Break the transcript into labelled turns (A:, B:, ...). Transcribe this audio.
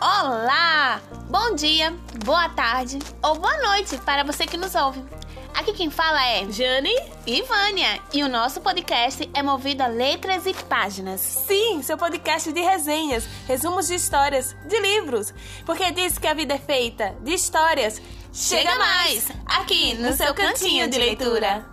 A: Olá! Bom dia, boa tarde ou boa noite para você que nos ouve. Aqui quem fala é
B: Jane?
A: e Vânia e o nosso podcast é movido a letras e páginas.
B: Sim, seu podcast de resenhas, resumos de histórias, de livros. Porque diz que a vida é feita de histórias.
A: Chega mais aqui no seu cantinho de leitura.